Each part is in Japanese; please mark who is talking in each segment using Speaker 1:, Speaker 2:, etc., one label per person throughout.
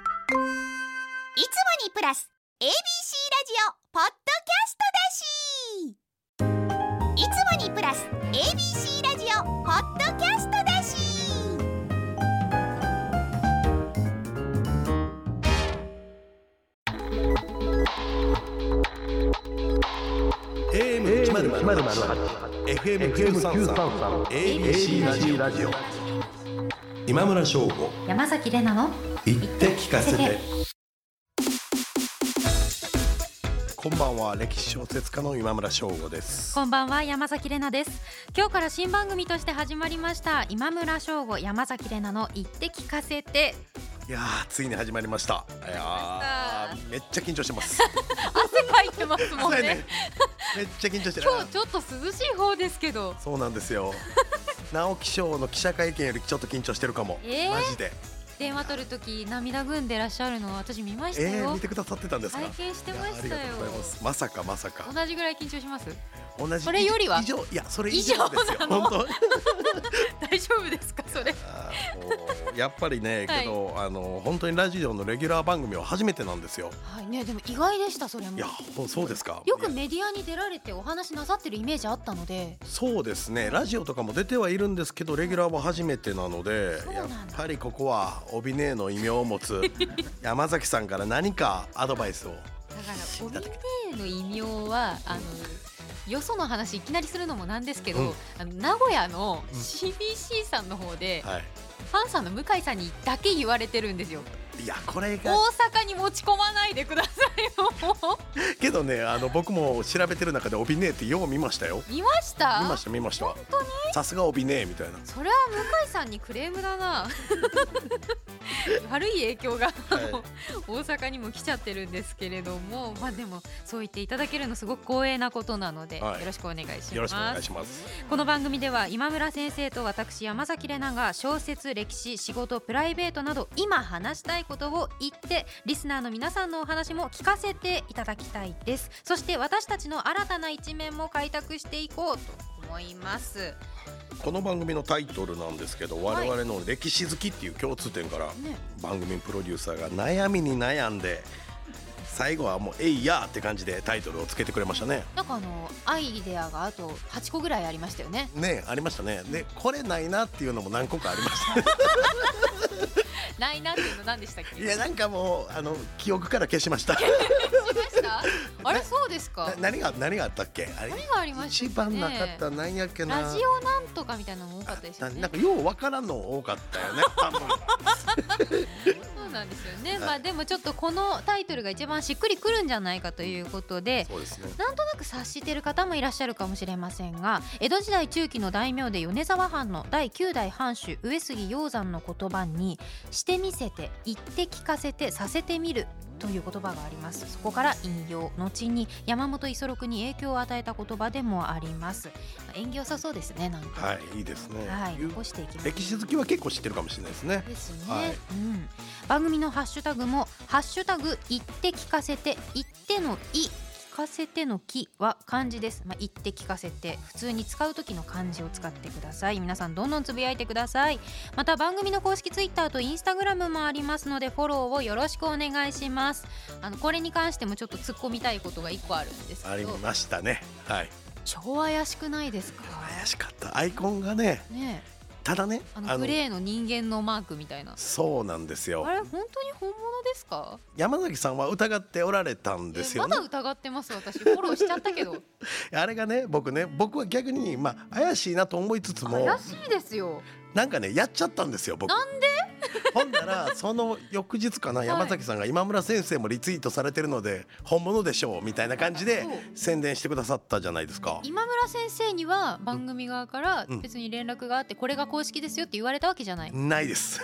Speaker 1: いつもにプラス ABC ラジオポッドキャストだしいつもにプラス ABC ラジオポッドキャストだし
Speaker 2: 今村翔吾
Speaker 3: 山崎れなの
Speaker 2: 言って聞かせてこんばんは歴史小説家の今村翔吾です
Speaker 3: こんばんは山崎れなです今日から新番組として始まりました今村翔吾山崎れなの言って聞かせて
Speaker 2: いやーついに始まりましたいやーめっちゃ緊張してます
Speaker 3: 汗かいてます もんね
Speaker 2: そうやねめっちゃ緊張してる
Speaker 3: 今日ちょっと涼しい方ですけど
Speaker 2: そうなんですよ直木賞の記者会見よりちょっと緊張してるかも、
Speaker 3: えー
Speaker 2: マジで
Speaker 3: 電話取る時涙ぐんでらっしゃるの私見ました
Speaker 2: えー、
Speaker 3: よ
Speaker 2: 見てくださってたんですか
Speaker 3: 拝見してましたよ
Speaker 2: いやありがとうございますまさかまさか
Speaker 3: 同じぐらい緊張します
Speaker 2: 同じ
Speaker 3: それよりは
Speaker 2: 以上いやそれ以上ですよ
Speaker 3: 以上なの
Speaker 2: 本当
Speaker 3: 大丈夫ですかそれ
Speaker 2: あーもうやっぱりね、
Speaker 3: はい
Speaker 2: けどあの本当にラジオのレギュラー番組は初めてなんですよ。
Speaker 3: はいねでも意外でしたそれも
Speaker 2: いやほんそうですか。
Speaker 3: よく
Speaker 2: いや
Speaker 3: メディアに出られてお話なさってるイメージあったので
Speaker 2: そうですねラジオとかも出てはいるんですけどレギュラーは初めてなので
Speaker 3: そうな
Speaker 2: やっ
Speaker 3: んだ
Speaker 2: ぱりここは帯ねえの異名を持 つ山崎さんから何かアドバイスを
Speaker 3: だからオビネーの異名はあのよその話いきなりするのもなんですけど、
Speaker 2: うん
Speaker 3: あの名古屋の
Speaker 2: うん
Speaker 3: CBC さんの方で、
Speaker 2: はい
Speaker 3: ファンさんの向井さんにだけ言われてるんですよ
Speaker 2: いやこれ
Speaker 3: 大
Speaker 2: が
Speaker 3: 阪に持ち込まないでくださいよも
Speaker 2: けどねあの僕も調べてる中で帯ねえってよう見ましたよ。
Speaker 3: う見ました
Speaker 2: 見ました見ました。さすが帯ねえみたいな。
Speaker 3: それは向井さんにクレーム だな悪い影響が、
Speaker 2: い
Speaker 3: あの大阪にも来ちゃってるんですけれどもまあでもそう言っていただけるのすごく光栄なことなので、
Speaker 2: はい
Speaker 3: よろしくお願いします
Speaker 2: よろしくお願いします。
Speaker 3: この番組では今村先生と私山崎怜奈が小説歴史仕事プライベートなど今話したいことを言ってリスナーの皆さんのお話も聞かせていただきたいですそして私たちの新たな一面も開拓していこうと思います
Speaker 2: この番組のタイトルなんですけど
Speaker 3: は
Speaker 2: 我
Speaker 3: い
Speaker 2: 々の歴史好きっていう共通点から
Speaker 3: ね
Speaker 2: 番組プロデューサーが悩みに悩んで最後はもう「えいや!」って感じでタイトルをつけてくれましたね。
Speaker 3: なんかあのアイデアがあと8個ぐらいありましたよね
Speaker 2: ねありましたね。でこれないなっていうのも何個かありました。
Speaker 3: ないなっていうの何でしたっけ
Speaker 2: いやなんかもうあの記憶から消しました。
Speaker 3: しま したあれそうですか
Speaker 2: な何が何があったっけあれ
Speaker 3: 何がありまし
Speaker 2: 一
Speaker 3: たっけ
Speaker 2: 番なかったなんやっけな。
Speaker 3: ラジオなんとかみたいなのも多かったですよね
Speaker 2: ななんかようわからんの多かったよね。多 分
Speaker 3: そうなんですよね、
Speaker 2: はい
Speaker 3: まあでもちょっとこのタイトルが一番しっくりくるんじゃないかということで
Speaker 2: そうですね。
Speaker 3: なんとなく察してる方もいらっしゃるかもしれませんが江戸時代中期の大名で米沢藩の第9代藩主上杉鷹山の言葉に「してみせて言って聞かせてさせてみる」という言葉がありますそこから引用後に山本五十六に影響を与えた言葉でもあります縁起良さそうですねなんか
Speaker 2: はいいいですね。
Speaker 3: はい
Speaker 2: いう
Speaker 3: 残していきます
Speaker 2: 歴史好きは結構知ってるかもしれないですね。
Speaker 3: ですね、
Speaker 2: はい
Speaker 3: うん、番組のハッシュタグも「ハッシュタグ言って聞かせて言ってのい」聞かせてのきは漢字です、まあ、言って聞かせて普通に使う時の漢字を使ってください皆さんどんどんつぶやいてくださいまた番組の公式ツイッターとインスタグラムもありますのでフォローをよろしくお願いしますあのこれに関してもちょっと突っ込みたいことが一個あるんです
Speaker 2: あ
Speaker 3: け
Speaker 2: り
Speaker 3: ど
Speaker 2: ましたね。はい。
Speaker 3: 超怪しくないですか
Speaker 2: 怪しかったアイコンがね
Speaker 3: ねえ
Speaker 2: ただね
Speaker 3: あのグレーの人間のマークみたいな
Speaker 2: そうなんですよ
Speaker 3: あれ本当に本物ですか
Speaker 2: 山崎さんは疑っておられたん
Speaker 3: え
Speaker 2: ですよね
Speaker 3: まだ疑ってます私フォローしちゃったけど
Speaker 2: あれがね僕ね僕は逆にまあ怪しいなと思いつつ も
Speaker 3: 怪しいですよ
Speaker 2: なんかねやっちゃったんですよ僕
Speaker 3: なん
Speaker 2: でほんならその翌日かな、
Speaker 3: い
Speaker 2: 山崎さんが今村先生もリツイートされてるので本物でしょうみたいな感じで
Speaker 3: そう
Speaker 2: 宣伝してくださったじゃないですか
Speaker 3: 今村先生には番組側から
Speaker 2: うん
Speaker 3: 別に連絡があってこれが公式ですよって言われたわけじゃない
Speaker 2: ないです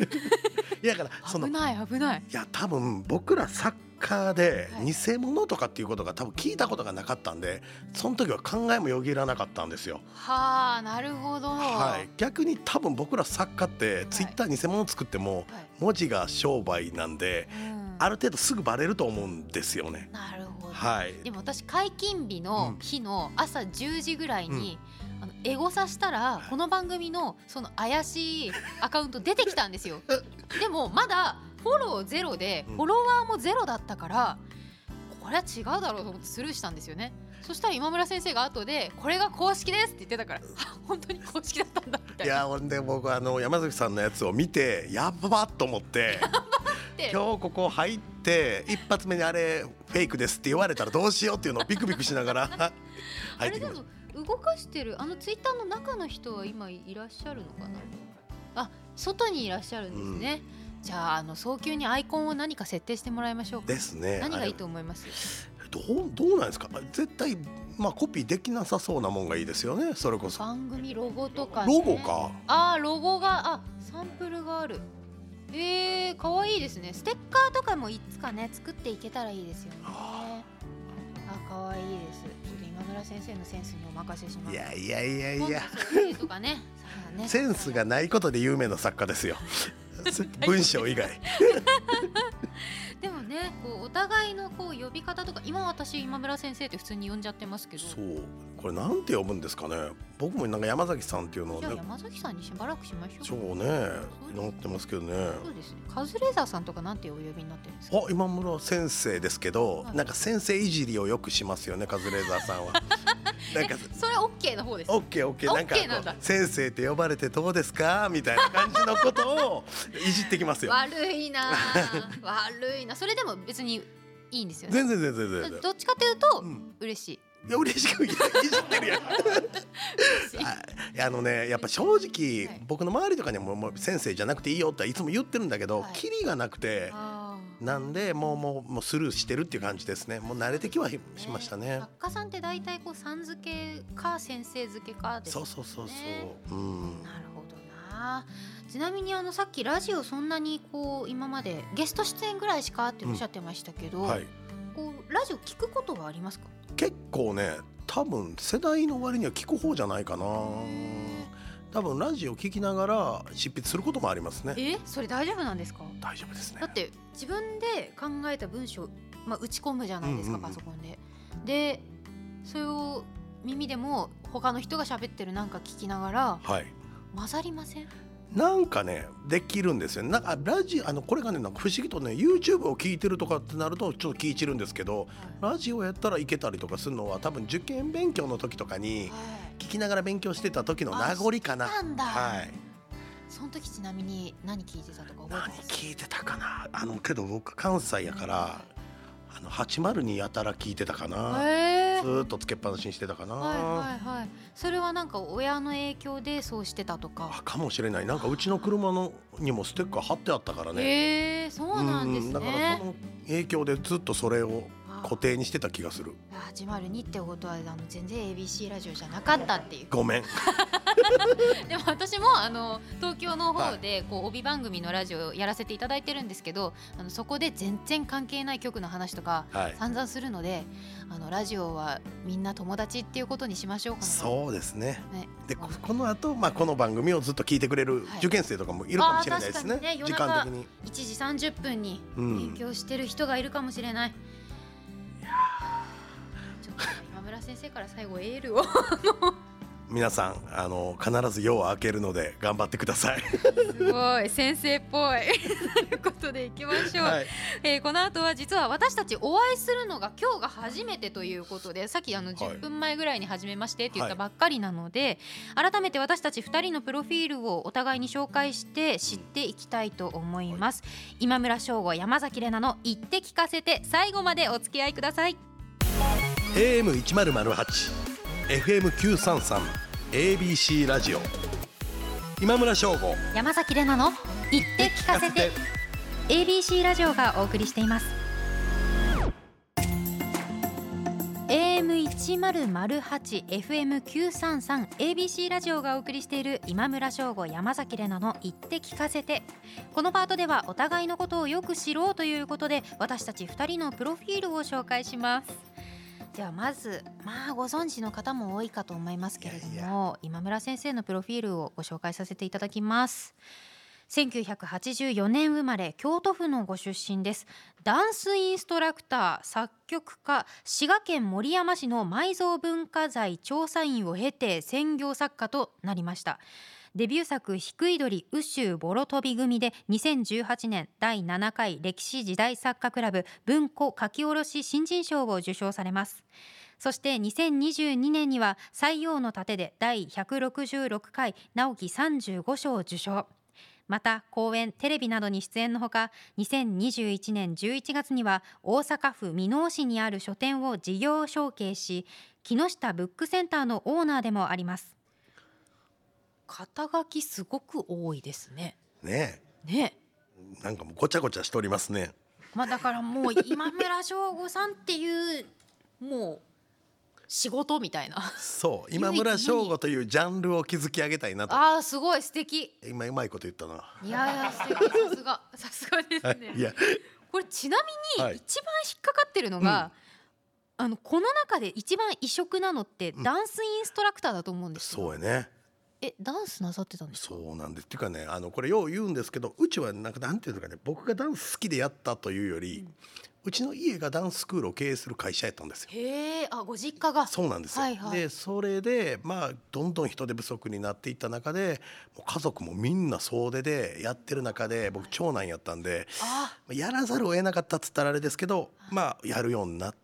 Speaker 2: いやだ からその
Speaker 3: 危ない危ない
Speaker 2: いや多分僕らサッカーで
Speaker 3: はい
Speaker 2: 偽物とかっていうことが多分聞いたことがなかったんでその時は考えもよぎらなかったんですよ。
Speaker 3: はあなるほど
Speaker 2: はい、逆に多分僕ら作家ってツイッター偽物作っても
Speaker 3: はい
Speaker 2: 文字が商売なんで
Speaker 3: うん
Speaker 2: ある程度すぐバレると思うんですよね。
Speaker 3: なるほど、
Speaker 2: はい、
Speaker 3: でも私解禁日の日の朝10時ぐらいに、あのエゴサしたら この番組のその怪しいアカウント出てきたんですよでもまだフォローゼロで
Speaker 2: うん
Speaker 3: フォロワーもゼロだったから、これは違うだろうと思ってスルーしたんですよねそしたら今村先生が後でこれが公式ですって言ってたからあ本当に公式だったんだみた
Speaker 2: い
Speaker 3: いな
Speaker 2: やほんで僕あの山崎さんのやつを見てやっばっと思 って
Speaker 3: って
Speaker 2: 今日ここ入って一発目にあれフェイクですって言われたらどうしようっていうのをビクビクしながら
Speaker 3: あ
Speaker 2: 入っ
Speaker 3: れ
Speaker 2: てき
Speaker 3: で
Speaker 2: まし
Speaker 3: も動かしてるあのツイッターの中の人は今いらっしゃるのかなあ外にいらっしゃるんですね、じゃああの早急にアイコンを何か設定してもらいましょう
Speaker 2: た
Speaker 3: か
Speaker 2: ですね
Speaker 3: 何がいいと
Speaker 2: あ
Speaker 3: 思います
Speaker 2: れどうどうなんですか絶対まあコピーできなさそうなもんがいいですよねそれこそ
Speaker 3: 番組ロゴとか、ね、
Speaker 2: ロゴか
Speaker 3: あーロゴがあサンプルがあるえー、かわいいですねステッカーとかもいつかね作っていけたらいいですよね
Speaker 2: あ
Speaker 3: あかわいいですちょっと今村先生のセンスにお任せします
Speaker 2: いやいやいやい
Speaker 3: 今度
Speaker 2: や
Speaker 3: そういうのとかねそうだね
Speaker 2: センスがないことで有名な作家 ですよ文章以外
Speaker 3: でもねこうお互いのこう呼び方とか今私今村先生って普通に呼んじゃってますけど
Speaker 2: そうこれなんて呼ぶんですかね僕もなんか山崎さんっていうのを
Speaker 3: じゃあ
Speaker 2: ね
Speaker 3: 山崎さんにしばらくしまし
Speaker 2: そ
Speaker 3: ょう
Speaker 2: うねなってますけどね
Speaker 3: そうですねカズレーザーさんとかなんてお呼びになってるんですか
Speaker 2: あ今村先生ですけど、
Speaker 3: はい
Speaker 2: なんか先生いじりをよくしますよねカズレーザーさん はなんか
Speaker 3: それオッケーの方です
Speaker 2: オッケーオッケーなんか
Speaker 3: オッケーなんだ
Speaker 2: こう先生って呼ばれてどうですかみたいな感じのことをいじってきますよ
Speaker 3: 悪い なぁ悪いなそれでも別にいいんですよね
Speaker 2: 全然全然全然
Speaker 3: どっちかというと
Speaker 2: うん
Speaker 3: 嬉しい
Speaker 2: いや嬉しくいやいじってるやん
Speaker 3: 嬉しい
Speaker 2: ああのねやっぱ正直、
Speaker 3: はい
Speaker 2: 僕の周りとかにももう先生じゃなくていいよっていつも言ってるんだけど、
Speaker 3: はい
Speaker 2: キリがなくて
Speaker 3: あー
Speaker 2: なんでもうもうもうスルーしてるっていう感じですねもう慣れてきはし
Speaker 3: ね
Speaker 2: ましたね
Speaker 3: 作家さんって大体こうさん付けか先生付けかです
Speaker 2: そうそうそうそう、うん
Speaker 3: なるほどなちなみにあのさっきラジオそんなにこう今までゲスト出演ぐらいしかっておっしゃってましたけど、
Speaker 2: はい
Speaker 3: こうラジオ聞くことはありますか
Speaker 2: 結構ね多分世代の割には聞く方じゃないかな多分ラジオ聞きながら執筆することもありますね
Speaker 3: えそれ大丈夫なんですか
Speaker 2: 大丈夫ですね
Speaker 3: だって自分で考えた文章、まあ、打ち込むじゃないですか、
Speaker 2: うんうんうん
Speaker 3: パソコンで。でそれを耳でも他の人が喋ってるなんか聞きながら
Speaker 2: はい
Speaker 3: 混ざりません
Speaker 2: なんかねできるんですよねなんかラジオあのこれがねなんか不思議とね YouTube を聞いてるとかってなるとちょっと聞いちるんですけどラジオやったらいけたりとかするのは多分受験勉強の時とかに
Speaker 3: はい
Speaker 2: 聞きながら勉強してた時の名残かな
Speaker 3: なんだ、
Speaker 2: はい
Speaker 3: その時ちなみに何聞いてたとか覚え
Speaker 2: 何
Speaker 3: てます
Speaker 2: 聞いてたかなあのけど僕関西やからあの802やたら聞いてたかな、
Speaker 3: へー
Speaker 2: ずーっとつけっぱなしにしてたかな、
Speaker 3: はいはいはい。それはなんか親の影響でそうしてたと
Speaker 2: あ
Speaker 3: か。
Speaker 2: かもしれないなんかうちの車のにもステッカー貼ってあったからね、
Speaker 3: へえそうなんです
Speaker 2: うだから
Speaker 3: ね
Speaker 2: そ。の影響でずっとそれを
Speaker 3: あ
Speaker 2: 固定にしてた気がする
Speaker 3: 始まるにってことはあの全然 ABC ラジオじゃなかったっていう。
Speaker 2: ごめん
Speaker 3: でも私もあの東京の方でこう帯番組のラジオをやらせていただいてるんですけど、あのそこで全然関係ない曲の話とか
Speaker 2: はい
Speaker 3: 散々するので、あのラジオはみんな友達っていうことにしましょうかな。
Speaker 2: そうですね
Speaker 3: ね。
Speaker 2: でここの後、まあこの番組をずっと聞いてくれる
Speaker 3: はい
Speaker 2: 受験生とかもいるかもしれないですね,、
Speaker 3: あー確かにね
Speaker 2: 時間的に
Speaker 3: 一時三十分に
Speaker 2: うん
Speaker 3: 勉強してる人がいるかもしれない。ちょっと今村先生から最後エールをす
Speaker 2: 皆さんあの必ず夜は明けるので頑張ってください、
Speaker 3: ごい先生っぽいということでいきましょう、
Speaker 2: はい、
Speaker 3: えーこの後は実は私たちお会いするのが今日が初めてということでさっきあの
Speaker 2: い
Speaker 3: 10分前ぐらいに始めましてって言った
Speaker 2: はい
Speaker 3: ばっかりなので、改めて私たち2人のプロフィールをお互いに紹介して知っていきたいと思います、今村翔吾山崎怜奈の「言って聞かせて」最後までお付き合いください
Speaker 2: AM 一ゼロゼ八、FM 九三三、ABC ラジオ。今村翔吾。
Speaker 3: 山崎怜奈の「言って聞かせて」ABC ラジオがお送りしています AM1008 FM933 ABC ラジオがお送りしている今村翔吾山崎怜奈の「言って聞かせて」このパートではお互いのことをよく知ろうということで私たち2人のプロフィールを紹介しますではまずまあご存知の方も多いかと思いますけれども
Speaker 2: いやい
Speaker 3: 今村先生のプロフィールをご紹介させていただきます1984年生まれ京都府のご出身ですダンスインストラクター作曲家滋賀県守山市の埋蔵文化財調査員を経て専業作家となりましたデビュー作「低い鳥宇宙ボロ飛び組」で2018年第7回歴史時代作家クラブ文庫書き下ろし新人賞を受賞されますそして2022年には「採用の盾」で第166回直木35賞を受賞また公演テレビなどに出演のほか2021年11月には大阪府箕面市にある書店を事業承継し木下ブックセンターのオーナーでもあります肩書きすごく多いですね
Speaker 2: ね
Speaker 3: ね
Speaker 2: えなんかもうごちゃごちゃしておりますね
Speaker 3: まあだからもう今村翔吾さんっていうもう仕事み たいな
Speaker 2: そう今村翔吾というジャンルを築き上げたいなと
Speaker 3: ああすごい素敵
Speaker 2: 今うまいこと言ったない
Speaker 3: やいや素敵さすがさすがですね、
Speaker 2: いや
Speaker 3: これちなみ
Speaker 2: は
Speaker 3: に
Speaker 2: い
Speaker 3: 一番引っかかってるのが、あのこの中で一番異色なのって
Speaker 2: ん
Speaker 3: ダンスインストラクターだと思うんですよ、
Speaker 2: そうやね
Speaker 3: えダンスなさってたんですか
Speaker 2: そうなんですっていうかねあのこれよう言うんですけどうちはなんかなんていうのかね僕がダンス好きでやったというより、うちの家がダンススクールを経営する会社やったんですよ。
Speaker 3: へえあご実家が
Speaker 2: そうなんですよ、
Speaker 3: はいはい
Speaker 2: でそれでまあどんどん人手不足になっていった中でもう家族もみんな総出でやってる中で僕長男やったんで
Speaker 3: あ
Speaker 2: やらざるを得なかったっつったらあれですけどまあやるようになって。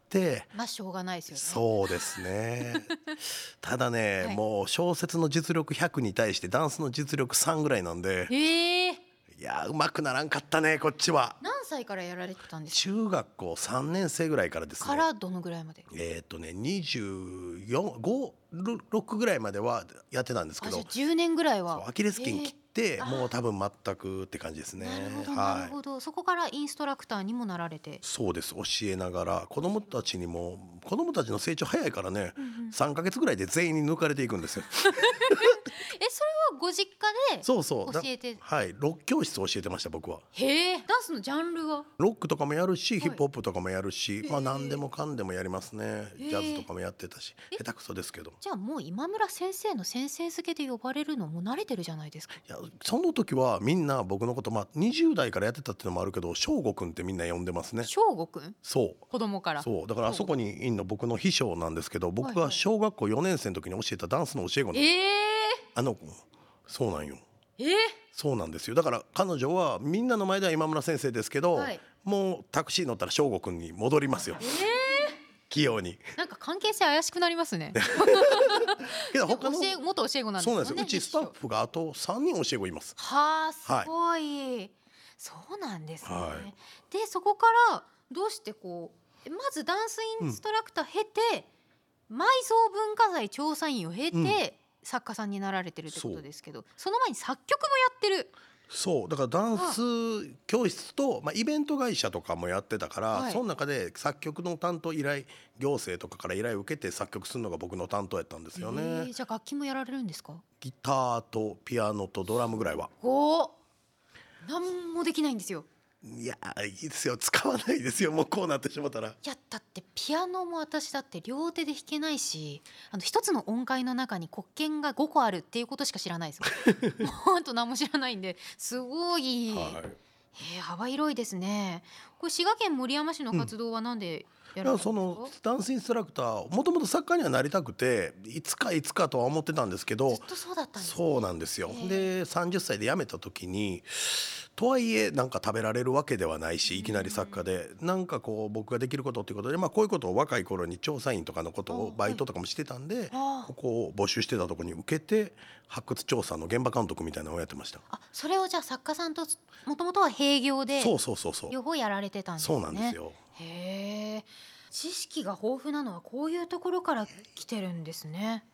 Speaker 3: まあしょうがないですよね
Speaker 2: そうです ねただね、
Speaker 3: はい
Speaker 2: もう小説の実力100に対してダンスの実力3ぐらいなんで
Speaker 3: へえ
Speaker 2: いやーうまくならんかったねこっちは
Speaker 3: 何歳からやられてたんです
Speaker 2: 中学校3年生ぐらいからです
Speaker 3: か
Speaker 2: ね
Speaker 3: からどのぐらいまで
Speaker 2: えーっ、とね245ぐらいまではやってたんですけ
Speaker 3: あじゃあ
Speaker 2: ど
Speaker 3: 10年ぐらいは
Speaker 2: アキレス腱
Speaker 3: へえ
Speaker 2: 切って
Speaker 3: あー
Speaker 2: もう多分全くって感じですね
Speaker 3: なるほどなる
Speaker 2: はい
Speaker 3: ほど、そこからインストラクターにもなられて、
Speaker 2: そうです教えながら子供たちにも子供たちの成長早いからね
Speaker 3: えそ
Speaker 2: 3ヶ月ぐらいで全員に抜かれていくん ですよ
Speaker 3: れはご実家で
Speaker 2: そうそう
Speaker 3: 教
Speaker 2: だ
Speaker 3: えて
Speaker 2: はいロック教室を教えてました僕は
Speaker 3: へえダンスのジャンルは
Speaker 2: ロックとかもやるし、
Speaker 3: い
Speaker 2: ヒップホップとかもやるし、まあ
Speaker 3: へえ
Speaker 2: 何でもかんでもやりますね、
Speaker 3: へえ
Speaker 2: ジャズとかもやってたし
Speaker 3: え
Speaker 2: 下手くそですけど
Speaker 3: じゃあもう今村先生の先生付けで呼ばれるのも慣れてるじゃないですか。
Speaker 2: いやその時はみんな僕のことまあ20代からやってたっていうのもあるけど翔吾くんってみんな呼んでますね
Speaker 3: 翔吾くん
Speaker 2: そ
Speaker 3: 子供か
Speaker 2: う
Speaker 3: ら。
Speaker 2: そうだからあそこにいんの僕の秘書なんですけど僕
Speaker 3: はいは
Speaker 2: が
Speaker 3: い
Speaker 2: 小学校4年生の時に教えたダンスの教え子の
Speaker 3: え
Speaker 2: あの子そうなんよ
Speaker 3: ー、え
Speaker 2: そうなんですよだから彼女はみんなの前では今村先生ですけど、
Speaker 3: はい
Speaker 2: もうタクシー乗ったら翔吾くんに戻りますよ
Speaker 3: え
Speaker 2: 器用に
Speaker 3: ー、なんか関係性怪しくなりますね。
Speaker 2: けど
Speaker 3: 教
Speaker 2: 他の
Speaker 3: え元教え子なんです
Speaker 2: そう
Speaker 3: も
Speaker 2: なんですよ。
Speaker 3: ね。
Speaker 2: うちスタッフがあと三人教え子います。
Speaker 3: はあすごい、そうなんですね。
Speaker 2: は
Speaker 3: でそこからどうしてこうまずダンスインストラクター経て、埋蔵文化財調査員を経て、
Speaker 2: うん
Speaker 3: 作家さんになられてるってこ
Speaker 2: そ
Speaker 3: と
Speaker 2: う
Speaker 3: ですけどその前に作曲もやってる。
Speaker 2: そうだからダンス教室とまあイベント会社とかもやってたから、
Speaker 3: はい
Speaker 2: その中で作曲の担当依頼行政とかから依頼を受けて作曲するのが僕の担当やったんですよね。
Speaker 3: えーじゃあ楽器もやられるんですか
Speaker 2: ギターとピアノとドラムぐらいは。
Speaker 3: お何もできないんですよ
Speaker 2: いやいいですよ使わないですよもうこうなってしまったら。
Speaker 3: いやだってピアノも私だって両手で弾けないしあの一つの音階の中に黒鍵が5個あるっていうことしか知らないです もんもうあと何も知らないんですごい、
Speaker 2: はい。
Speaker 3: えー幅広いですねこれ滋賀県森山市の活動はなんでや
Speaker 2: だから
Speaker 3: られてる
Speaker 2: そ
Speaker 3: んで
Speaker 2: の
Speaker 3: す
Speaker 2: ダンスインストラクターもともと作家にはなりたくていつかいつかとは思ってたんですけど
Speaker 3: かずっとそうだったんです
Speaker 2: そうなんですよ、
Speaker 3: ええ
Speaker 2: で30歳で辞めた時にとはいえなんか食べられるわけではないしいきなり作家で、なんかこう僕ができることっていうことで、まあ、こういうことを若い頃に調査員とかのこと
Speaker 3: あは
Speaker 2: を
Speaker 3: い
Speaker 2: バイトとかもしてたんで、
Speaker 3: あ
Speaker 2: ここを募集してたとこに受けて発掘調査の現場監督みたいなのをやってました。
Speaker 3: あそれをじゃあ作家さんともともとは併業で
Speaker 2: そうそうそうそう
Speaker 3: 両方やられてたんですね
Speaker 2: そうなんですよ
Speaker 3: へえ知識が豊富なのはこういうところから来てるんですね。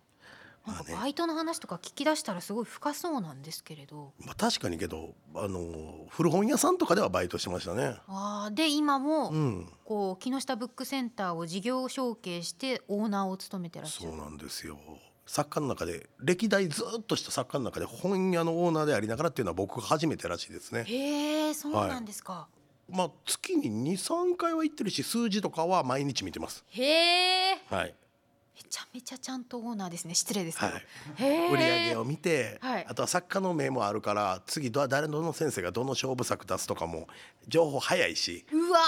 Speaker 3: なんか
Speaker 2: まあね
Speaker 3: バイトの話とか聞き出したらすごい深そうなんですけれど。
Speaker 2: まあ、確かにけどあの古本屋さんとかではバイトしてましたね。
Speaker 3: あーで今
Speaker 2: う
Speaker 3: も
Speaker 2: ん、
Speaker 3: こう木下ブックセンターを事業承継してオーナーを務めてらっしゃ
Speaker 2: そ
Speaker 3: る
Speaker 2: う。なんですよ作家の中で歴代ずっとした作家の中で本屋のオーナーでありながらっていうのは僕が初めてらしいですね。
Speaker 3: へえそうなんですか。
Speaker 2: まあ月に23回は行ってるし数字とかは毎日見てます。
Speaker 3: へえ
Speaker 2: はい、
Speaker 3: めちゃめちゃちゃんとオーナーですね失礼ですけ
Speaker 2: は
Speaker 3: ど。
Speaker 2: い、
Speaker 3: へ
Speaker 2: 売り上げ
Speaker 3: を。
Speaker 2: を見て、
Speaker 3: はい
Speaker 2: あとは作家の名もあるから次ど誰どの先生がどの勝負作出すとかも情報早いし
Speaker 3: うわ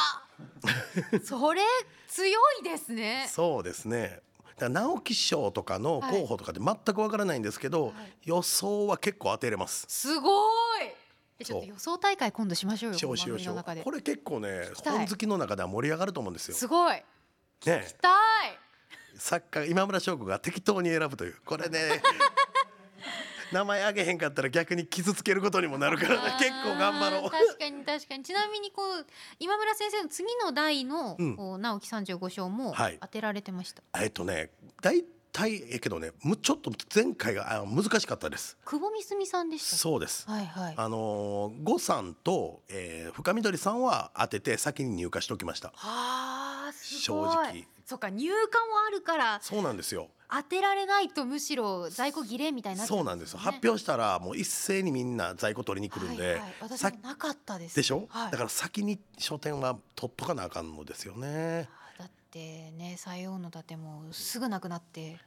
Speaker 3: それ強いですね。
Speaker 2: そうですねから直木賞とかの候補とかって全くわからないんですけど、
Speaker 3: はい
Speaker 2: 予想は結構当てれます。
Speaker 3: すごいえち
Speaker 2: そ
Speaker 3: ょっ
Speaker 2: う
Speaker 3: と予想大会今度しましょうよ
Speaker 2: しようしよう
Speaker 3: こ
Speaker 2: し
Speaker 3: の
Speaker 2: よ
Speaker 3: 番組の中
Speaker 2: う。
Speaker 3: で
Speaker 2: これ結構ね
Speaker 3: き、たい
Speaker 2: 本好きの中では盛り上がると思うんですよ。
Speaker 3: すごい
Speaker 2: ね、
Speaker 3: たい
Speaker 2: 作家今村翔吾が適当に選ぶという、これ ね。名前あげへんかったら逆に傷つけることにもなるからね
Speaker 3: あー
Speaker 2: 結構頑張ろう
Speaker 3: 確かに確かにちなみにこう今村先生の次の代の、
Speaker 2: うん
Speaker 3: こう直樹三十五章も
Speaker 2: はい
Speaker 3: 当てられてました、
Speaker 2: えっとね大体えけどねむちょっと前回があ難しかったです
Speaker 3: 久保みすみさんでした
Speaker 2: そうです
Speaker 3: はいはいは
Speaker 2: あのー、呉さんと、えー、深緑さんは当てて先に入荷しておきました
Speaker 3: あす
Speaker 2: 正
Speaker 3: ごい
Speaker 2: 直
Speaker 3: そっか入荷もあるから
Speaker 2: そうなんですよ
Speaker 3: 当てられないとむしろ在庫切れみたいになっちゃ
Speaker 2: そうなんですよ、
Speaker 3: ね
Speaker 2: 発表したらもう一斉にみんな在庫取りに来るんで、
Speaker 3: はいはい、私
Speaker 2: さ
Speaker 3: もなかったです
Speaker 2: でしょ、
Speaker 3: はい、
Speaker 2: だ
Speaker 3: だ
Speaker 2: から先に書店は取っとかなあかんのですよね
Speaker 3: ってね西王のだってもうすぐなくなって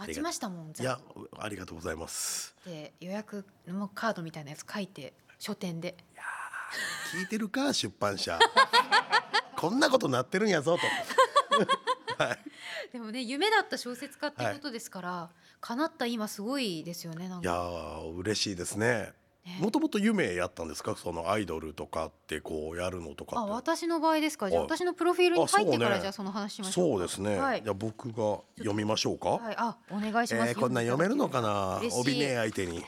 Speaker 2: ありがと
Speaker 3: 待
Speaker 2: う
Speaker 3: ちましたも
Speaker 2: い
Speaker 3: ん在庫
Speaker 2: やありがとうございます
Speaker 3: で予約のカードみたいなやつ書いて書店で
Speaker 2: 聞いてるか出版社こんなことなってるんやぞとはい
Speaker 3: でもね夢だった小説家っていうことですから、叶った今すごいですよねなん
Speaker 2: いや
Speaker 3: か
Speaker 2: ー嬉しいですね
Speaker 3: ね
Speaker 2: もともと夢やったんですかそのアイドルとかってこうやるのとか
Speaker 3: あ
Speaker 2: って
Speaker 3: 私の場合ですかじゃあ
Speaker 2: はい
Speaker 3: 私のプロフィールに入っ
Speaker 2: あ
Speaker 3: てか
Speaker 2: そう
Speaker 3: ら
Speaker 2: ね
Speaker 3: じゃあその話しまし
Speaker 2: そ
Speaker 3: ょう
Speaker 2: う
Speaker 3: か
Speaker 2: ですね、
Speaker 3: はい
Speaker 2: じゃあ僕が読みましょうか、
Speaker 3: はい、あお願いします、
Speaker 2: えーこんなん読めるのかな
Speaker 3: 嬉しい
Speaker 2: 帯ね相手に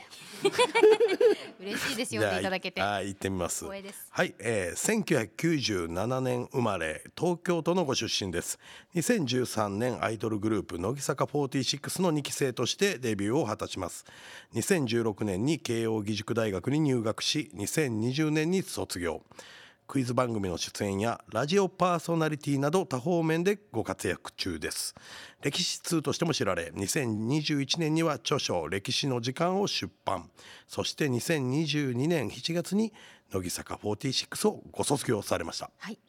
Speaker 3: 嬉しいです
Speaker 2: じ
Speaker 3: 読ん
Speaker 2: ゃ
Speaker 3: で
Speaker 2: あ
Speaker 3: いただけて
Speaker 2: はい行 ってみます
Speaker 3: 光栄です
Speaker 2: はい、えー、1997年生まれ東京都のご出身です2013年アイドルグループ乃木坂46の2期生としてデビューを果たします2016年に慶應義塾大学に入学し2020年に卒業クイズ番組の出演やラジオパーソナリティなど多方面でご活躍中です歴史通としても知られ2021年には著書「歴史の時間」を出版そして2022年7月に乃木坂46をご卒業されました
Speaker 3: はい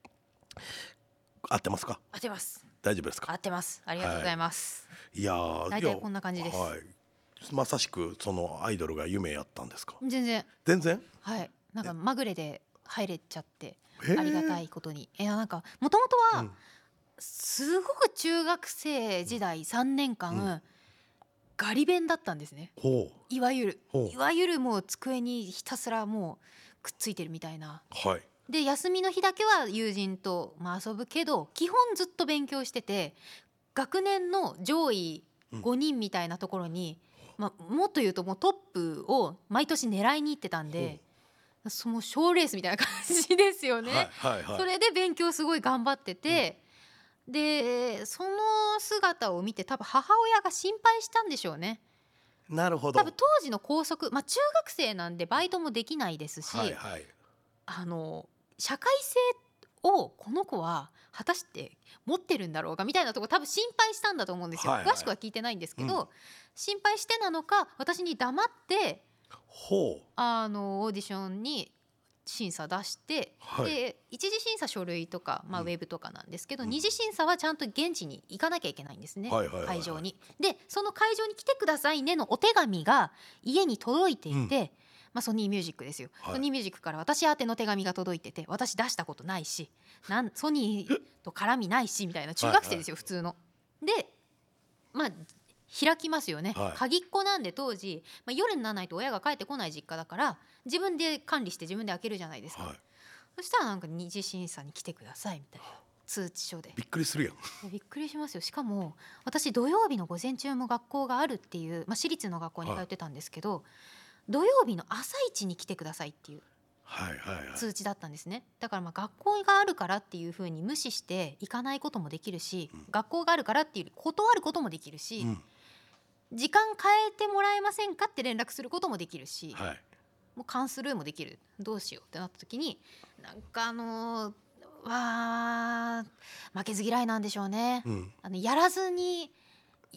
Speaker 2: 合ってますか
Speaker 3: 当てます
Speaker 2: 大丈夫ですか
Speaker 3: 当てますありがとうございます、
Speaker 2: いやー
Speaker 3: 大体
Speaker 2: いや
Speaker 3: こんな感じです
Speaker 2: はい、まさしくそのアイドルが夢やったんですか
Speaker 3: 全然
Speaker 2: 全然
Speaker 3: はいなんかまぐれで入れちゃって
Speaker 2: へー
Speaker 3: ありがたいことにえなんかもともと
Speaker 2: う
Speaker 3: は
Speaker 2: ん
Speaker 3: すごく中学生時代3年間、
Speaker 2: うん
Speaker 3: ガリ勉だったんですね
Speaker 2: ほう
Speaker 3: いわゆる
Speaker 2: ほ
Speaker 3: いわゆるもう机にひたすらもうくっついてるみたいな
Speaker 2: うはい
Speaker 3: で休みの日だけは友人とまあ遊ぶけど基本ずっと勉強してて学年の上位
Speaker 2: うん
Speaker 3: 5人みたいなところに、まあ、もっと言うともうトップを毎年狙いに行ってたんで、その賞レースみたいな感じですよ
Speaker 2: ほう
Speaker 3: ね。
Speaker 2: はいはいはい
Speaker 3: それで勉強すごい頑張ってて、でその姿を見て多分母親が心配したんでしょうね。
Speaker 2: なるほど
Speaker 3: 多分当時の校則、まあ、中学生なんでバイトもできないですし、
Speaker 2: はいはい
Speaker 3: あの社会性をこの子は果たして持ってるんだろうかみたいなとこ多分心配したんだと思うんですよ、
Speaker 2: はいはい
Speaker 3: 詳しくは聞いてないんですけど、
Speaker 2: うん
Speaker 3: 心配してなのか私に黙って
Speaker 2: ほう
Speaker 3: あのオーディションに審査出して、
Speaker 2: はい
Speaker 3: で一次審査書類とか、まあ、ウ
Speaker 2: うん
Speaker 3: ェブとかなんですけど、
Speaker 2: うん
Speaker 3: 二次審査はちゃんと現地に行かなきゃいけないんですね、
Speaker 2: はいはいはいはい
Speaker 3: 会場に。でその会場に来てくださいねのお手紙が家に届いていて、まあ、ソニーミュージックですよ、
Speaker 2: はい
Speaker 3: ソニーミュージックから私宛ての手紙が届いてて私出したことないしなんソニーと絡みないしみたいな中学生ですよ、普通の。でまあ開きますよね、
Speaker 2: はい
Speaker 3: 鍵っ子なんで当時、まあ、夜にならないと親が帰ってこない実家だから自分で管理して自分で開けるじゃないですか、
Speaker 2: はい
Speaker 3: そしたらなんか二次審査に来てくださいみたいな通知書で
Speaker 2: びっくりするやん
Speaker 3: びっくりしますよしかも私土曜日の午前中も学校があるっていう、まあ、私立の学校に通ってたんですけど、土曜日の朝一に来てくださいっていう
Speaker 2: はいはいはい
Speaker 3: 通知だったんですねだからまあ学校があるからっていうふうに無視して行かないこともできるし、
Speaker 2: うん
Speaker 3: 学校があるからっていう断ることもできるし、
Speaker 2: うん
Speaker 3: 時間変えてもらえませんかって連絡することもできるし、
Speaker 2: はい
Speaker 3: もう関するもできるどうしようってなった時になんかあのーわー負けず嫌いなんでしょうね、
Speaker 2: うん
Speaker 3: あのやらずに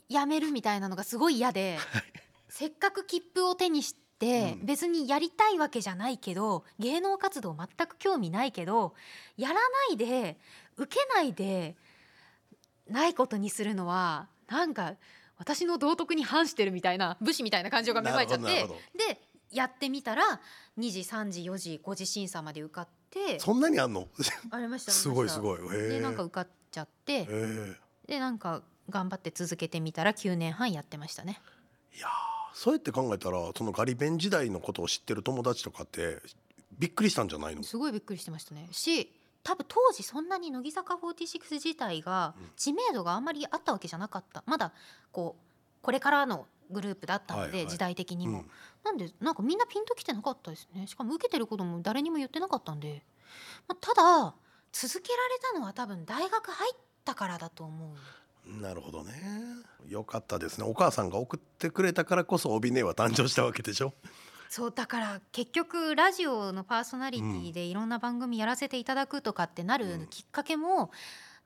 Speaker 3: やめるみたいなのがすごい嫌でせっかく切符を手にして、
Speaker 2: うん
Speaker 3: 別にやりたいわけじゃないけど芸能活動全く興味ないけどやらないで受けないでないことにするのはなんか私の道徳に反してるみたいな武士みたいな感情が芽生えちゃって
Speaker 2: なるほどなる
Speaker 3: でやってみたら2時3時4時5時審査まで受かって
Speaker 2: そんなにあんの
Speaker 3: ありましたありました
Speaker 2: すごいすごいへ
Speaker 3: で
Speaker 2: え
Speaker 3: なんか受かっちゃって
Speaker 2: へえ
Speaker 3: でなんか頑張って続けてみたら9年半やってましたね
Speaker 2: いやーそうやって考えたらそのガリ勉時代のことを知ってる友達とかってびっくりしたんじゃないの
Speaker 3: すごいびっくりしてましたねし多分当時そんなに乃木坂46自体が
Speaker 2: うん
Speaker 3: 知名度があんまりあったわけじゃなかったまだこうこれからのグループだったの
Speaker 2: はいは
Speaker 3: で
Speaker 2: い
Speaker 3: 時代的に
Speaker 2: う
Speaker 3: も、
Speaker 2: ん、
Speaker 3: なんでなんかみんなピンときてなかったですねしかも受けてることも誰にも言ってなかったんで、まあ、ただ続けられたのは多分大学入ったからだと思う
Speaker 2: なるほどねよかったですねお母さんが送ってくれたからこそ帯ねは誕生したわけでしょ
Speaker 3: そうだから結局ラジオのパーソナリティでいろんな番組やらせていただくとかってな
Speaker 2: う
Speaker 3: る
Speaker 2: ん
Speaker 3: きっかけも、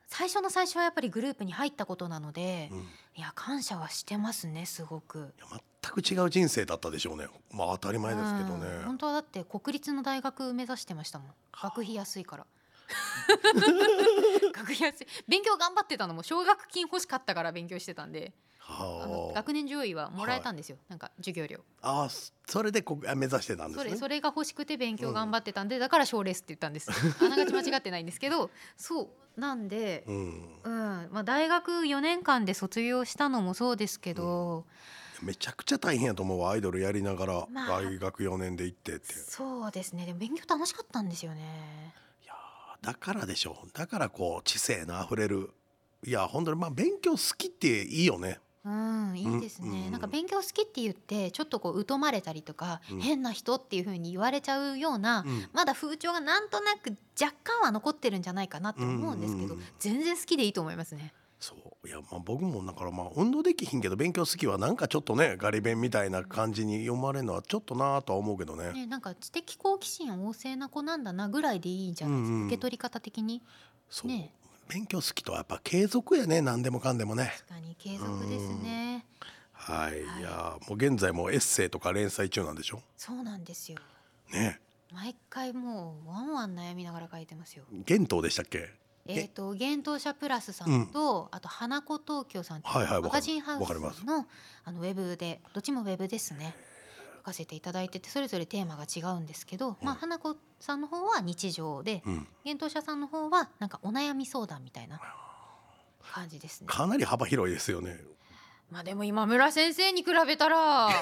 Speaker 3: 最初の最初はやっぱりグループに入ったことなので、
Speaker 2: うんい
Speaker 3: いや感謝はしてますねすごく。
Speaker 2: や全く違う人生だったでしょうねまあ当たり前ですけどね
Speaker 3: うん本当はだって国立の大学目指してましたもん学費安いから 学費安い勉強頑張ってたのも奨学金欲しかったから勉強してたんであの
Speaker 2: はあ
Speaker 3: 学年上位はもらえたんですよ、なんか授業料
Speaker 2: ああそれでこあ目指してたんで
Speaker 3: そ
Speaker 2: す
Speaker 3: れ
Speaker 2: ね
Speaker 3: それが欲しくて勉強頑張ってたんで、だから賞レースって言ったんです あながち間違ってないんですけどそうなんで、
Speaker 2: うん、
Speaker 3: うんまあ、大学4年間で卒業したのもそうですけど、
Speaker 2: めちゃくちゃ大変やと思うわアイドルやりながら
Speaker 3: まあ
Speaker 2: 大学4年で行ってって、
Speaker 3: そうですねでも勉強楽しかったんですよね。
Speaker 2: いやーだからでしょうだからこう知性のあふれるいや本当にまあ勉強好きっていいよね
Speaker 3: うん、いいですね、
Speaker 2: うんうん
Speaker 3: なんか勉強好きって言ってちょっとこう疎まれたりとか、
Speaker 2: うん
Speaker 3: 変な人っていう風に言われちゃうような、
Speaker 2: うん
Speaker 3: まだ風潮がなんとなく若干は残ってるんじゃないかなって思うんですけど、
Speaker 2: うんうんうん
Speaker 3: 全然好きでいいと思いますね。
Speaker 2: そういやまあ僕もだからまあ運動できひんけど勉強好きはなんかちょっとねガリ勉みたいな感じに読まれるのはちょっとなーとは思うけどね
Speaker 3: ねなんか知的好奇心旺盛な子なんだなぐらいでいいじゃないですか、
Speaker 2: うんうん
Speaker 3: 受け取り方的に
Speaker 2: そう、
Speaker 3: ね
Speaker 2: 勉強好きとはやっぱ継続やね何でもかんでもね
Speaker 3: 確かに継続ですね、
Speaker 2: はい、
Speaker 3: はい
Speaker 2: い、やーもう現在もエッセイとか連載中なんでしょ
Speaker 3: そうなんですよ
Speaker 2: ね
Speaker 3: 毎回もうワンワン悩みながら書いてますよ
Speaker 2: 幻灯でしたっけ
Speaker 3: えっ、と幻冬舎プラスさんと、あと花子東京さんっていう
Speaker 2: はいはいわかる
Speaker 3: マガジンハウ
Speaker 2: わかります
Speaker 3: スのあのウェブでどっちもウェブですね書かせていただいててそれぞれテーマが違うんですけど、まあ、
Speaker 2: うん
Speaker 3: 花子さんの方は日常で
Speaker 2: うん
Speaker 3: 幻冬舎さんの方はなんかお悩み相談みたいな感じですね。
Speaker 2: かなり幅広いですよね
Speaker 3: まあでも今村先生に比べた ら
Speaker 2: まあね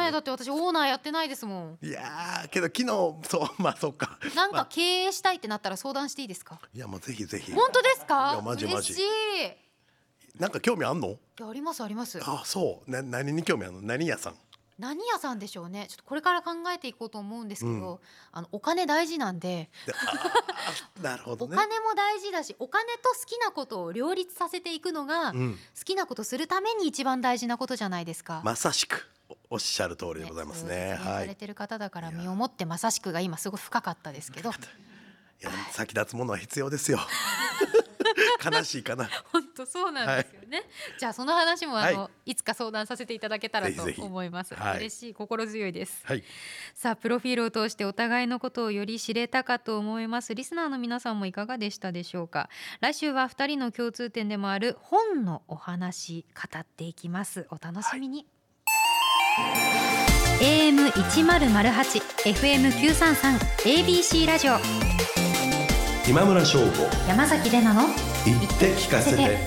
Speaker 3: 前だって私オーナーやってないですもん
Speaker 2: いやーけど昨日そうまあそっか
Speaker 3: なん
Speaker 2: ま
Speaker 3: か
Speaker 2: あ
Speaker 3: 経営したいってなったら相談していいですか
Speaker 2: いやもうぜひぜひ
Speaker 3: 本当です
Speaker 2: い
Speaker 3: か
Speaker 2: やマジマジ
Speaker 3: 嬉しいい
Speaker 2: なんか興味あんの
Speaker 3: やありますあります
Speaker 2: あそうな何に興味あるの何屋さん
Speaker 3: 何屋さんでしょうねちょっとこれから考えていこうと思うんですけど、
Speaker 2: うん
Speaker 3: あのお金大事なんで
Speaker 2: であ ーなるほど
Speaker 3: お
Speaker 2: ね
Speaker 3: 金も大事だしお金と好きなことを両立させていくのが、好
Speaker 2: うん、
Speaker 3: きなことするために一番大事なことじゃないですか。
Speaker 2: まさしくおおっしゃる通りで
Speaker 3: ね
Speaker 2: ございます
Speaker 3: そう
Speaker 2: ね
Speaker 3: ですね
Speaker 2: は
Speaker 3: さ
Speaker 2: い
Speaker 3: れてる方だから
Speaker 2: いや
Speaker 3: 身をもってまさしくが今すごい深かったですけど
Speaker 2: いや先立つものは必要 ですよ悲しいかな
Speaker 3: 本当そうなんですよね、じゃあその話もあの、、
Speaker 2: はい
Speaker 3: つか相談させていただけたら
Speaker 2: ぜひぜひ
Speaker 3: と思います
Speaker 2: はい
Speaker 3: 嬉しい心強いです
Speaker 2: はい
Speaker 3: さあプロフィールを通してお互いのことをより知れたかと思いますリスナーの皆さんもいかがでしたでしょうか来週は二人の共通点でもある本のお話語っていきますお楽しみに、AM1008 FM933 ABC ラジオ
Speaker 2: 今村翔吾
Speaker 3: 山崎れなの
Speaker 2: 言って聞か
Speaker 3: せて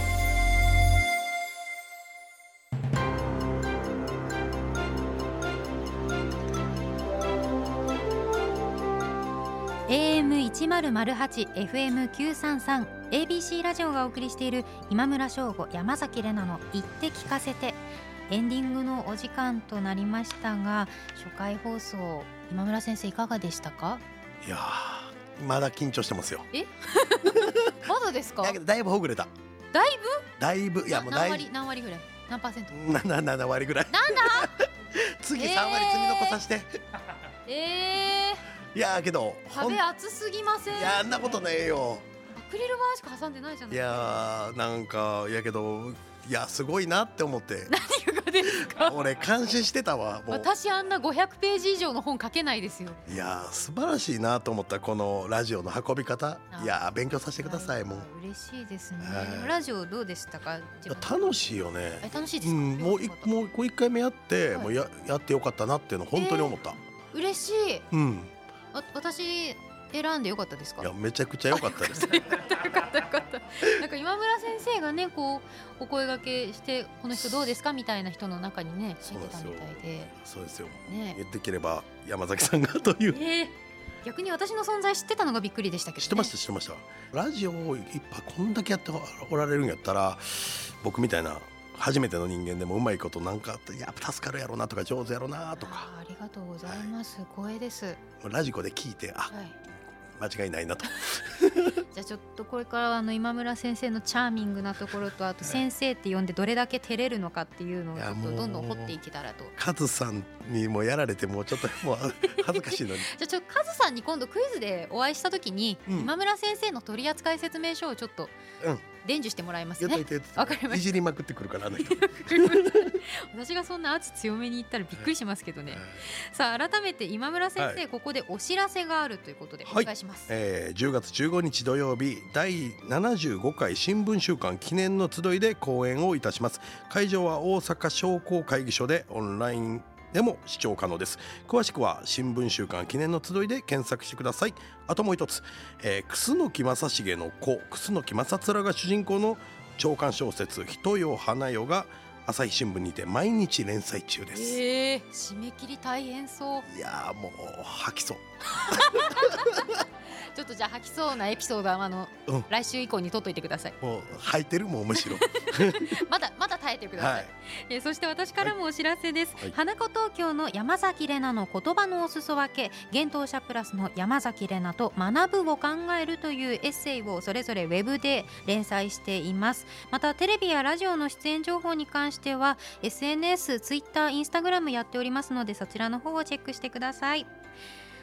Speaker 3: AM1008 FM933 ABC ラジオがお送りしている今村翔吾山崎れなの言って聞かせてエンディングのお時間となりましたが初回放送今村先生いかがでしたか
Speaker 2: いやーまだ緊張してますよ
Speaker 3: まだですか
Speaker 2: だけどだいぶほぐれた
Speaker 3: だい
Speaker 2: だいぶいやもうだ
Speaker 3: 何
Speaker 2: い
Speaker 3: 割何割ぐらい何パーセント
Speaker 2: ぶなな7割ぐらい
Speaker 3: なんだ
Speaker 2: 次
Speaker 3: えー
Speaker 2: 3割積み残させて、
Speaker 3: え
Speaker 2: いやーけど
Speaker 3: ー、
Speaker 2: ほん
Speaker 3: 壁
Speaker 2: い
Speaker 3: 厚すぎません
Speaker 2: やあんなことないよ
Speaker 3: アクリル板しか挟んでないじゃない
Speaker 2: いやーなんかいやけどいやすごいなって思って
Speaker 3: 何がですか
Speaker 2: 俺感心してたわもう
Speaker 3: 私あんな500ページ以上の本書けないですよ
Speaker 2: いやー素晴らしいなと思ったこのラジオの運び方
Speaker 3: あ
Speaker 2: いやー勉強させてくださいもう
Speaker 3: 嬉しいですね、
Speaker 2: はい
Speaker 3: でもラジオどうでしたか
Speaker 2: い
Speaker 3: 自
Speaker 2: や
Speaker 3: 分
Speaker 2: 楽しいよね
Speaker 3: え楽しいで
Speaker 2: う
Speaker 3: すか、
Speaker 2: んもういもうこう一回目やって、
Speaker 3: はい
Speaker 2: もうややってよかったなっていうの本当に思った、
Speaker 3: 嬉しい
Speaker 2: うん
Speaker 3: あ私選んでよかったですか
Speaker 2: いやめちゃくちゃ良かった です
Speaker 3: よかったよかったよかったなんか今村先生がねこうお声掛けしてこの人どうですかみたいな人の中にね
Speaker 2: そ
Speaker 3: 入
Speaker 2: う
Speaker 3: っ
Speaker 2: なん
Speaker 3: て
Speaker 2: です
Speaker 3: たみ
Speaker 2: よ
Speaker 3: たいで
Speaker 2: そうですよ
Speaker 3: ね
Speaker 2: 言ってければ山崎さんがという
Speaker 3: えー逆に私の存在知ってたのがびっくりでしたけど、ね、
Speaker 2: 知ってました知ってましたラジオを一ぱこんだけやっておられるんやったら僕みたいな初めての人間でもうまいことなんかあってやっぱ助かるやろなとか上手やろなとか
Speaker 3: あーありがとうございます光栄です、はい、
Speaker 2: ラジコで聞いてあ間違いないなと
Speaker 3: じゃあちょっとこれからはあの今村先生のチャーミングなところとあと先生って呼んでどれだけ照れるのかっていうのを
Speaker 2: い
Speaker 3: ち
Speaker 2: や
Speaker 3: ょっと
Speaker 2: もう
Speaker 3: どんどん掘っていけたらと
Speaker 2: カズさんにもやられてもうちょっともう恥ずかしいのに
Speaker 3: じゃあちょっとカズさんに今度クイズでお会いした時に、
Speaker 2: うん
Speaker 3: 今村先生の取扱説明書をちょっと
Speaker 2: うん
Speaker 3: 伝授してもらいます
Speaker 2: 言っと
Speaker 3: ね
Speaker 2: いて
Speaker 3: わかりま
Speaker 2: い
Speaker 3: し
Speaker 2: じりまくってくるからあの人
Speaker 3: 私がそんな圧強めに言ったらびっくりしますけどねさあ改めて今村先生、
Speaker 2: は
Speaker 3: ここでお知らせがあるということでお
Speaker 2: はい
Speaker 3: 願いします、
Speaker 2: えー10月15日土曜日第75回新聞週間記念の集いで講演をいたします会場は大阪商工会議所でオンラインでも視聴可能です詳しくは新聞週間記念の集いで検索してくださいあともう一つ、えー、楠木正成の子楠木正面が主人公の長官小説「人よ花よ」が朝日新聞にて毎日連載中です、
Speaker 3: えー締め切り大変そう
Speaker 2: いやーもう吐きそう
Speaker 3: ちょっとじゃあ吐きそうなエピソードはあの、
Speaker 2: うん
Speaker 3: 来週以降に取っといてください
Speaker 2: もう吐いてるもんむ しろ
Speaker 3: まだまだ耐えてください、
Speaker 2: はい
Speaker 3: えーそして私からもお知らせです、
Speaker 2: はい
Speaker 3: 花子東京の山崎怜奈の言葉のお裾分け幻冬舎プラスの山崎怜奈と学ぶを考えるというエッセイをそれぞれウェブで連載していますまたテレビやラジオの出演情報に関しては SNS、Twitter、Instagram やっておりますのでそちらの方をチェックしてください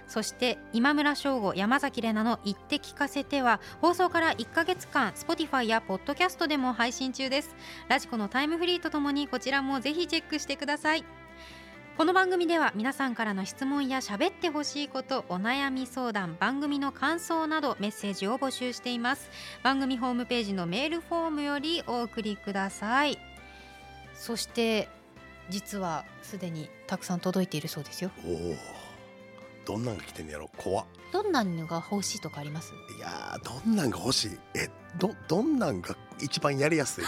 Speaker 3: そして今村翔吾山崎怜奈の「言って聞かせては」放送から1ヶ月間 Spotify や Podcast でも配信中ですラジコのタイムフリーとともにこちらもぜひチェックしてくださいこの番組では皆さんからの質問や喋ってほしいことお悩み相談番組の感想などメッセージを募集しています番組ホームページのメールフォームよりお送りくださいそして実はすでにたくさん届いているそうですよ
Speaker 2: おおどんなんが来てんのやろ怖っ
Speaker 3: どんなのが欲しいとかあります
Speaker 2: いやーどんなんが欲しいえどどんなんが一番やりやすい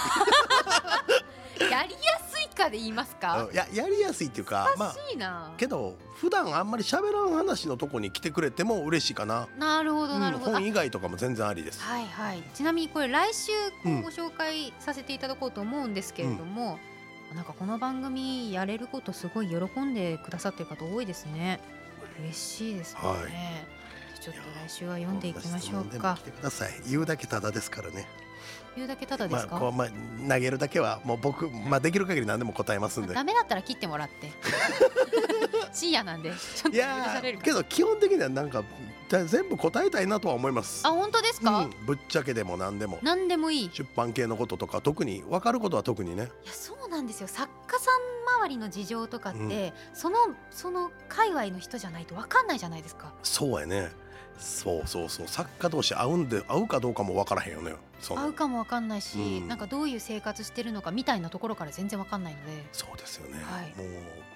Speaker 3: やりやすいかで言いますか
Speaker 2: うんいややりやすいっていうかまあ
Speaker 3: 欲しいな、
Speaker 2: けど普段あんまり喋らん話のとこに来てくれても嬉しいかな、
Speaker 3: なるほどな
Speaker 2: うん、
Speaker 3: るほど、
Speaker 2: 本以外とかも全然ありです、
Speaker 3: はいはい。ちなみにこれ来週こ
Speaker 2: うん
Speaker 3: うご紹介させていただこうと思うんですけれども、なんかこの番組やれることすごい喜んでくださってる方多いですね。嬉しいですね。
Speaker 2: はい
Speaker 3: ちょっと来週は読んでいきましょう
Speaker 2: どんな
Speaker 3: か
Speaker 2: 質問でも来。てください言うだけただですからね
Speaker 3: 言うだけただです
Speaker 2: まあ
Speaker 3: か。
Speaker 2: こうまあ、投げるだけはもう僕、まあ、できる限り何でも答えますんで
Speaker 3: ダメだったら切っても らって。深夜なんでちょっ
Speaker 2: い
Speaker 3: と許さ
Speaker 2: や
Speaker 3: れる
Speaker 2: ー
Speaker 3: か
Speaker 2: けど基本的にはなんかじゃあ全部答えたいなとは思います
Speaker 3: あ本当ですか。
Speaker 2: うん、ぶっちゃけでも何でも
Speaker 3: 何でもいい。い
Speaker 2: 出版系のこととか特に分かることは特にね
Speaker 3: やそうなんですよ。作家さん周りの事情とかって、
Speaker 2: うん
Speaker 3: そのその界隈の人じゃないとわかんないじゃないですか。
Speaker 2: そうやねそうそうそう作家同士合うんで合うかどうかも分からへんよねそ
Speaker 3: 合う
Speaker 2: の
Speaker 3: かもわかんないし、
Speaker 2: うん
Speaker 3: なんかどういう生活してるのかみたいなところから全然わかんないので
Speaker 2: そうですよね、
Speaker 3: はい
Speaker 2: もう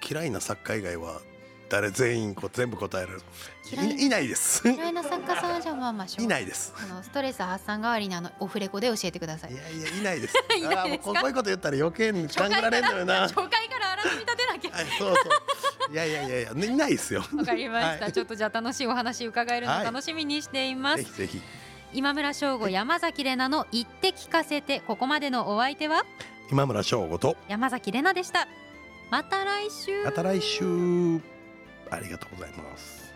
Speaker 2: 嫌いな作家以外は誰全員こう全部答える
Speaker 3: 嫌い
Speaker 2: いいないです
Speaker 3: 嫌いな作家さんはじゃあまあまあしょう
Speaker 2: いないです
Speaker 3: あのストレス発散代わりにあのオフレコで教えてください
Speaker 2: いやいやいないです
Speaker 3: いないですか
Speaker 2: あーもうこうこういうこと言ったら余計に考えられんのよなは い
Speaker 3: 初回から荒み立てなきゃ
Speaker 2: そうそういやいやいやいや、ね、いないですよ
Speaker 3: わかりまし た、
Speaker 2: はい
Speaker 3: ちょっとじゃあ楽しいお話伺えるの
Speaker 2: はい
Speaker 3: 楽しみにしていま
Speaker 2: ぜ
Speaker 3: す、
Speaker 2: ひぜひ
Speaker 3: 今村翔吾山崎怜奈の「言って聞かせて」ここまでのお相手は
Speaker 2: 今村翔吾と
Speaker 3: 山崎怜奈でしたまた来週
Speaker 2: また来週ありがとうございます